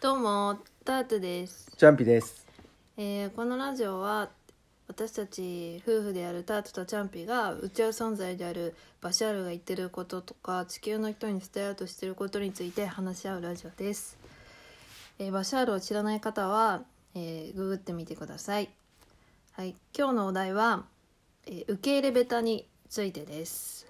どうもタートです、ジャンピです。えーこのラジオは私たち夫婦であるタートとチャンピが宇宙存在であるバシャールが言ってることとか地球の人に伝えようとしてることについて話し合うラジオです、えーバシャールを知らない方は、えーググってみてくださいはい、今日のお題は、えー受け入れベタについてです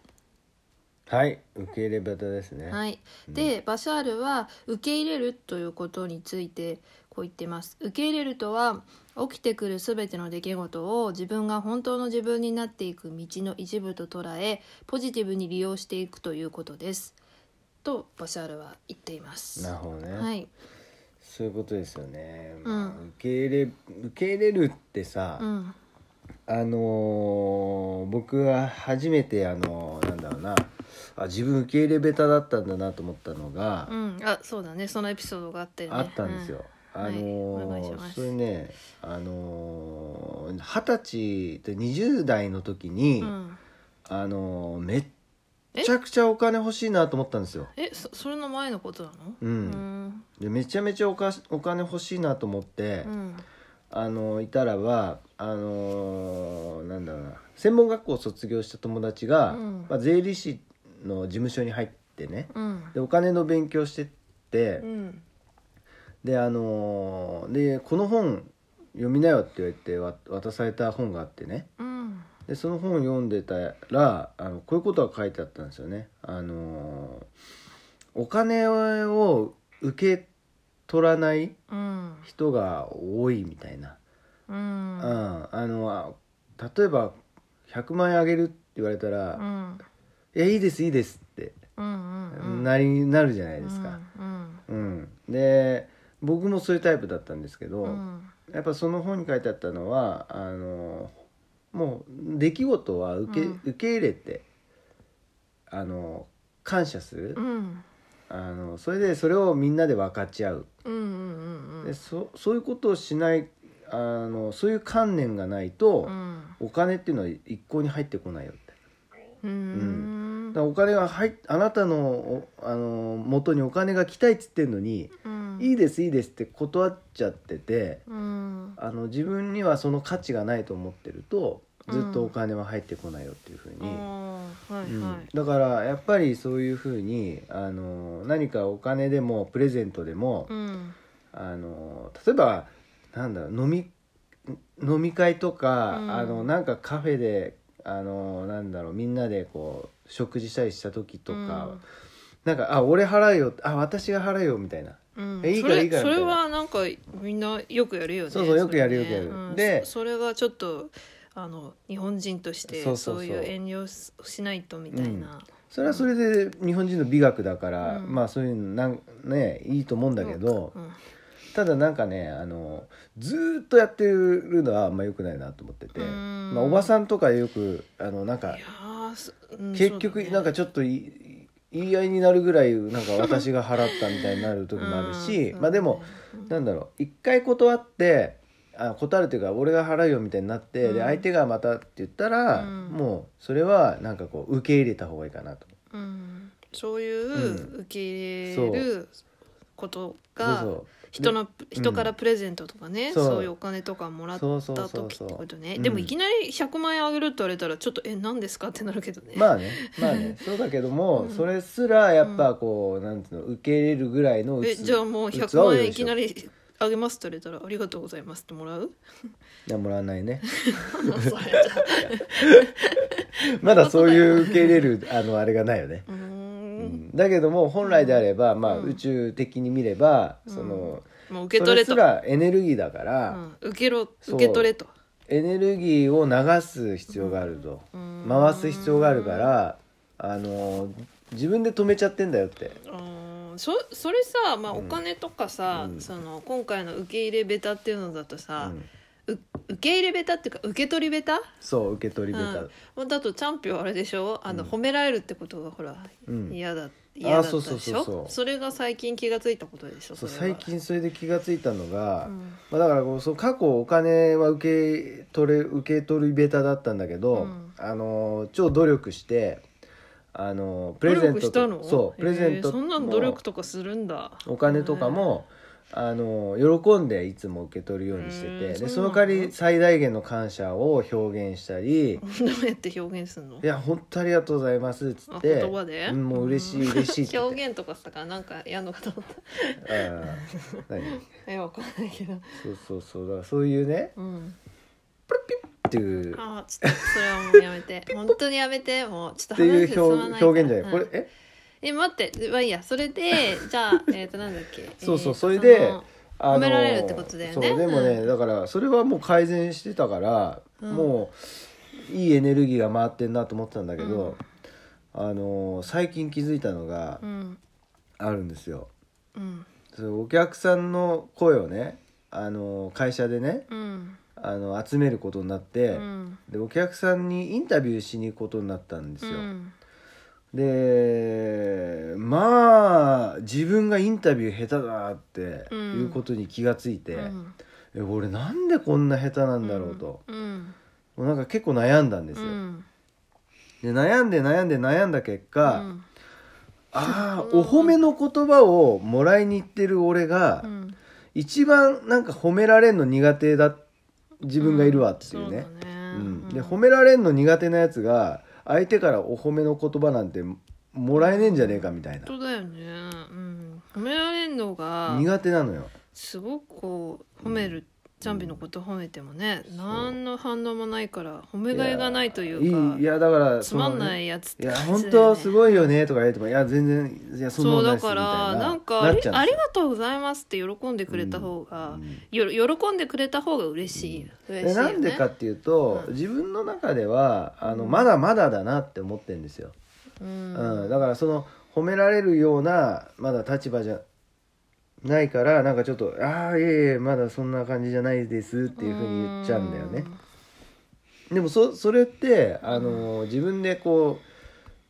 はい、受け入れ方ですね。はい、で、バシャールは受け入れるということについてこう言ってます受け入れるとは起きてくる全ての出来事を自分が本当の自分になっていく道の一部と捉えポジティブに利用していくということですとバシャールは言っていますなるほどね。はいそういうことですよね。うんまあ受け入れ受け入れるってさ、うんあのー僕は初めてあのーなんだろうな、あ自分受け入れベタだったんだなと思ったのが、うんあそうだねそのエピソードがあったよねあったんですうよ。んあのーはいお願いしますそれね、あのー二十歳と二十代の時うに、ん、うんあのーめっちゃくちゃお金欲しいなと思ったんですよ。えそそれの前のことなのうんうんでめちゃめちゃおかしお金欲しいなと思って、うんあのいたらばあのーなんだろうな専門学校を卒業した友達が、うんまあ、税理士の事務所に入ってねうんでお金の勉強してって、うんであのーでこの本読みなよって言われてわ渡された本があってねうんでその本を読んでたらあのこういうことが書いてあったんですよね。あのーお金を受け取らない、うん人が多いみたいな、ううんん、あのあ例えば100万円あげるって言われたら「いうんやいいですいいです」ってうんうんなりになるじゃないですか、うんうんで僕もそういうタイプだったんですけど、うんうんやっぱその本に書いてあったのはあのもう出来事は受け,、うん受け入れてあの感謝する、うんあのそれでそれをみんなで分かち合ううんうんうんでそそういうことをしないあのそういう観念がないと、うんお金っていうのは一向に入ってこないよってうだんからお金が入っあなたのおあの元にお金が来たいっつってんのに、うんいいですいいですって断っちゃっててうんあの自分にはその価値がないと思ってるとずっとお金は入ってこないよっていうふうに、あーはういんはいだからやっぱりそういうふうにあの何かお金でもプレゼントでも、うんあの例えばなんだろう飲み飲み会とか、うんあのなんかカフェであのなんだろうみんなでこう食事したりした時とか、なんか「あ俺払うよ」あ私が払うよ」みたいなうんうんえいいからそれいいからそみたいなれはなんかみんなよくやるよねそうそうよくやるれねよくやるうんでそそれがちょっとあの日本人としてそうそそうそうういう遠慮ししないとみたいなそれはそれで日本人の美学だから、うんまあそういうのなんねいいと思うんだけど、うんただなんかねあのずーっとやってるのはあんまよくないなと思ってて、うんまあ、おばさんとかよくあのなんかいやーすうん結局そうだねなんかちょっといい言い合いになるぐらいなんか私が払ったみたいになる時もあ るし、うんまあでも、なんだろう一回断ってあ断るというか俺が払うよみたいになって、うんで相手がまたって言ったら、うんもうそれはなんかこう受け入れた方がいいかなと。うんそういう受け入れることそうがそう人の人からプレゼントとかね、そうそういうお金とかもらったそうそうそう時そっうてことねうんでもいきなり100万円あげるって言われたらちょっと「え何ですか?」ってなるけどね。まあねまあ ねそうだけども、それすらやっぱこう、なんていうの受け入れるぐらいのえ器じゃあもう器100を万用円意いしきようなりあげますって言われたら「ありがとうございます」ってもらういやもらわないね それじゃまだそういう受け入れるあのあれがないよねうーんうんだけども本来であれば、まあ、宇宙的に見れば、そのもう受け取れそとれすらエネルギーだかうら、ん、受けろそう受け取れと。エネルギーを流す必要があると、うん回す必要があるからあの自分で止めちゃってんだよってうんそそれさ、まあ、お金とかさ、うんその今回の受け入れベタっていうのだとさう、んう受け入れベタっていうか受け取りベタ、そう受け取りベタ、うん、だとチャンピオンあれでしょあの、褒められるってことがほらうん嫌だ嫌だったそでうしょそうそうそうれが最近気がついたことでしょそうそれ最は近それで気が付いたのが、うんまあ、だからこうその過去お金は受け取れ受け取りベタだったんだけど、うんあの超努力してあのプレゼン努ト力したのそうプレゼンへトえそんなの努力とかするんだお金とかも、あの喜んでいつも受け取るようにしててへーでそそうなんのだ代わり最大限の感謝を表現したりどうやって表現するの「いや本当ありがとうございます」っつあって言葉でうんもう嬉しいん嬉しい」って言って表現とかしたからなんかやんのかと 思っあー何たいやわかんないけどそうそうそうだからそういうねうんっていうっあーちょっとそれはもうやめ て本当にやめてもうちょっとて話い進うまないから表表現じゃない、こうれんええ待ってまあいいやそれでじゃ あえっ、となんだっけそうそうえーとそれでのあの褒められるってことだよねそうでもね、うだからそれはもう改善してたから、うんもういいエネルギーが回ってんなと思ってたんだけど、あの最近気づいたのがうんあるんですよ。うんそのお客さんの声をねあの会社でねうんあの集めることになって、うんでお客さんにインタビューしに行くことになったんですよ。うんでまあ自分がインタビュー下手だなっていうことに気がついて、うんえ俺なんでこんな下手なんだろうと、うんもうなんか結構悩んだんですうよ、んで悩んで悩んで悩んだ結果、うんああうんお褒めの言葉をもらいに行ってる俺が、うん一番なんか褒められんの苦手だ自分がいるわっていうそうねだ,、ねうんうんで褒められんの苦手なやつが相手からお褒めの言葉なんてもらえねえんじゃねえかみたいな本当だよね、うん、褒められるのが苦手なのよすごくこう褒める、チャンピのこと褒めてもね、う何の反応もないから褒めがいがないというかいいいやだからつまんないいやつっいてや感本じだよ当ねすごいよねとか言ってもいや全然いやそんそなこうとないだっすかみたいらななんかなあっりちゃうんですよありがとうございますって喜んでくれた方が、よ喜んでくれた方が嬉しい、嬉しいよなねんでかっていうと、うん自分の中ではあのうんまだまだだなって思ってるんですよ、うんうんだからその褒められるようなまだ立場じゃないからなんかちょっと「ああいえいえまだそんな感じじゃないです」っていうふうに言っちゃうんだよね、でもそそれってあの自分でこ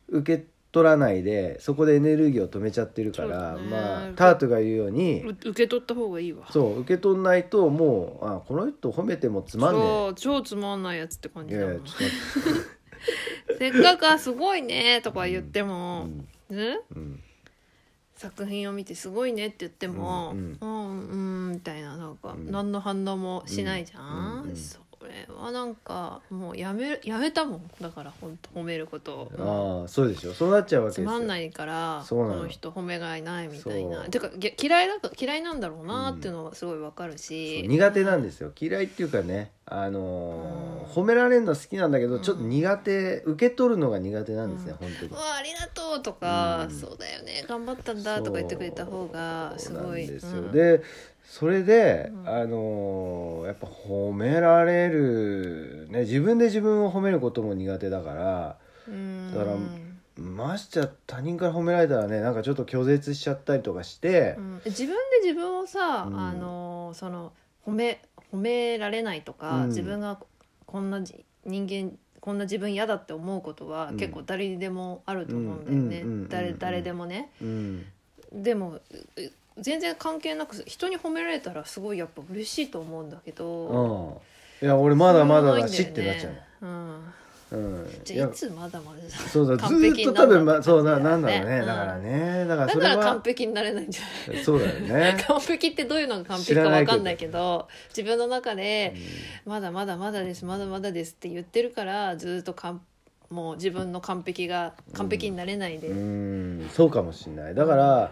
う受け取らないでそこでエネルギーを止めちゃってるから、そうだねまあタートが言うよううんうに受け取った方がいいわそう受け取んないともうあこの人褒めてもつまんねえそう超つまんないやつって感いじやだいもんやちょっと待ってせっかくあ「すごいね」とか言っても、ねうん作品を見て「すごいね」って言っても「ううんんうん」みたいななんかうん何の反応もしないじゃん、うんうんそれはなんかもうやめやめたもんだからほんと褒めることをああそうでしょそうなっちゃうわけつですよまんないからこそうなのの人褒めがいないみたいなそうてかげ嫌いだから嫌いなんだろうなっていうのはすごいわかるそうし、苦手なんですよ嫌いっていうかねあのー褒められるの好きなんだけどちょっと苦手受け取るのが苦手なんですねうん本当にうわありがとうとか、うんそうだよね頑張ったんだとか言ってくれた方がすごいそうなんですようんでそれでうんあのーやっぱ褒められるね自分で自分を褒めることも苦手だからうんだからましてや他人から褒められたらねなんかちょっと拒絶しちゃったりとかしてうん自分で自分をさ、うんあのその褒め褒められないとか、うん自分がこんなじ人間こんな自分嫌だって思うことはうん結構誰にでもあると思うんだよね、うんうんうんうん誰誰でもねうんでもう全然関係なく人に褒められたらすごいやっぱ嬉しいと思うんだけど、うんいや俺まだまだだしっそてれもないっんちゃようねうん、うんいじゃあやいつまだまだだそうだず完璧ーっと多分になまんだって感じだよあそうねななんだろうねうんだからねだからだそかれら完は璧になれないんじゃないそうだよね完璧ってどういうのが完璧知からなわいけどかんないけど自分の中で「まだまだまだですまだまだです」って言ってるからずっとかんもう自分の完璧が完璧になれないで、ううんんそうかもしれないだから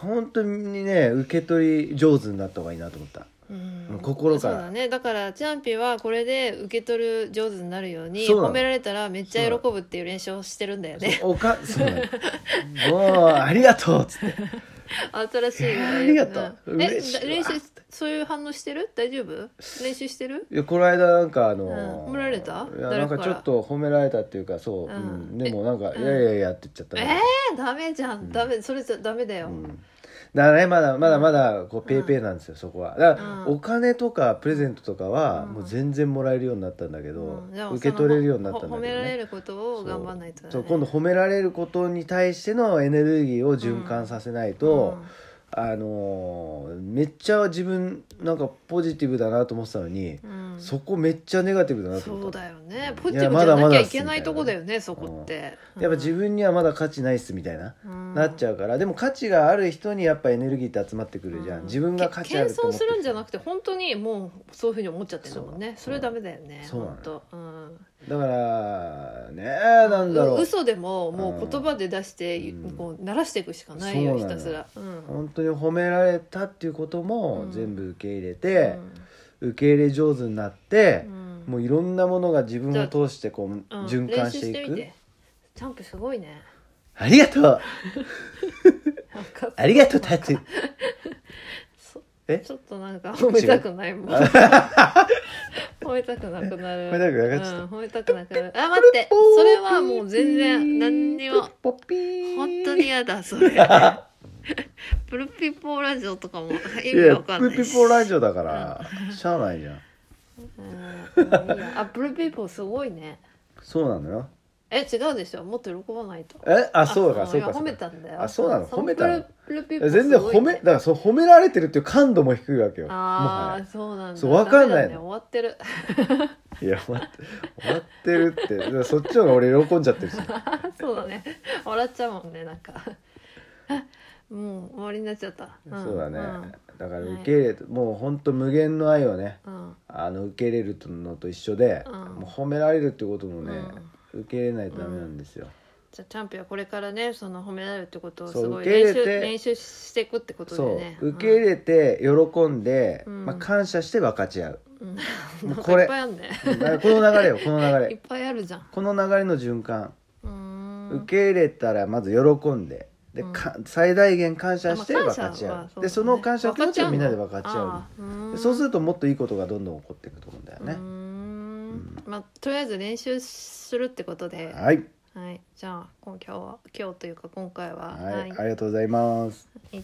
本当にね受け取り上手になった方がいいなと思ったうん心からそうだねだからチャンピはこれで受け取る上手になるようにそうなの褒められたらめっちゃ喜ぶっていう練習をしてるんだよねおかそうなのもうありがとうっつ って 新しいぐらいありがとうんえ嬉しいわ練習そういう反応してる大丈夫練習してるいやこの間なんかあのうん褒められたいや誰なかんからかちょっと褒められたっていうかうそう、うんんでもなんか「えいやいやいや」って言っちゃったえからー、ダメじゃんダメそれじゃダメだよ、うんだからねまだまだまだこうペイペイなんですよ、そこはだから、うんお金とかプレゼントとかはうんもう全然もらえるようになったんだけど、うんでも受け取れるようになったんそのだほけ褒めどられねることを頑張らないとだねそう今度褒められることに対してのエネルギーを循環させないと、あのーめっちゃ自分なんかポジティブだなと思ってたのに、うんうんそこめっちゃネガティブだなとそ思うっただよねうんポジティいやブじまゃだまなきだゃっすいけないとこだよねそこってやっぱ自分にはまだ価値ないっすみたいな、分なっちゃうからでも価値がある人にやっぱエネルギーって集まってくるじゃん、自分が価値あるけと思謙遜っすてるんじゃなくて本当にもうそういうふうに思っちゃってるんだもんねそうそれダメだよねそうなの本当うんだからねえなんだろう嘘でももう言葉で出して、うんこう鳴らしていくしかないよそうひなのたすら、うん本当に褒められたっていうことうもん全部受け入れて、受け入れ上手になって、もういろんなものが自分を通してこううん循環してい練習く、みてジャンプすごいねありがとうなんかありがとうタッチそえちょっとなん か褒めたくないもん褒めたくなくなる褒めたくなくなっちゃったうん、褒めたくなくなるあ待ってそれはもう全然何にもポッピー本当に嫌だそ れプルピポーラジオとかも意い味やわかんプないルピポラジオだからしゃあないじゃんうんいいやあプルピポすごいねそうなのよえ違うでしょもっと喜ばないとえあそうかあそうかいやそう褒かめたんだよあそうなの褒めたのプルプルピポえ全然すごい褒め、だからそう褒められてるっていう感度も低いわけよもあはあそうなんだそうわかんなダメいのだね終わってるやいや終わって終わってるってだからそっちの方が俺喜んじゃってるしそうだね笑っちゃうもんねなんか もう終わりになっちゃった、んそうだね、だから受け入れて、もうほんと無限の愛をねうんあの受け入れるのと一緒で、うんもう褒められるってこともね、受け入れないとダメなんですよ、じゃあチャンピオンはこれからねその褒められるってことをすそうごい受け練入れ習て練習していくってことでそう、ね受け入れて喜んで、うんまあ、感謝して分かち合う、うんもうなんこかいれっぱいあるねだからこの流れよこの流いっれぱいあるじゃんこの流れの循環、うーん受け入れたらまず喜んでで、うんか最大限感謝してまあ分感謝かはち合そう,、うだねでその感謝の気持ちをみんなで分かちあ合ーううーんそうするともっといいことがどんどん起こっていくと思うんだようーね、んまあとりあえず練習するってことではい、はいじゃあ今日は今日というか今回ははい、ありがとうございますいっ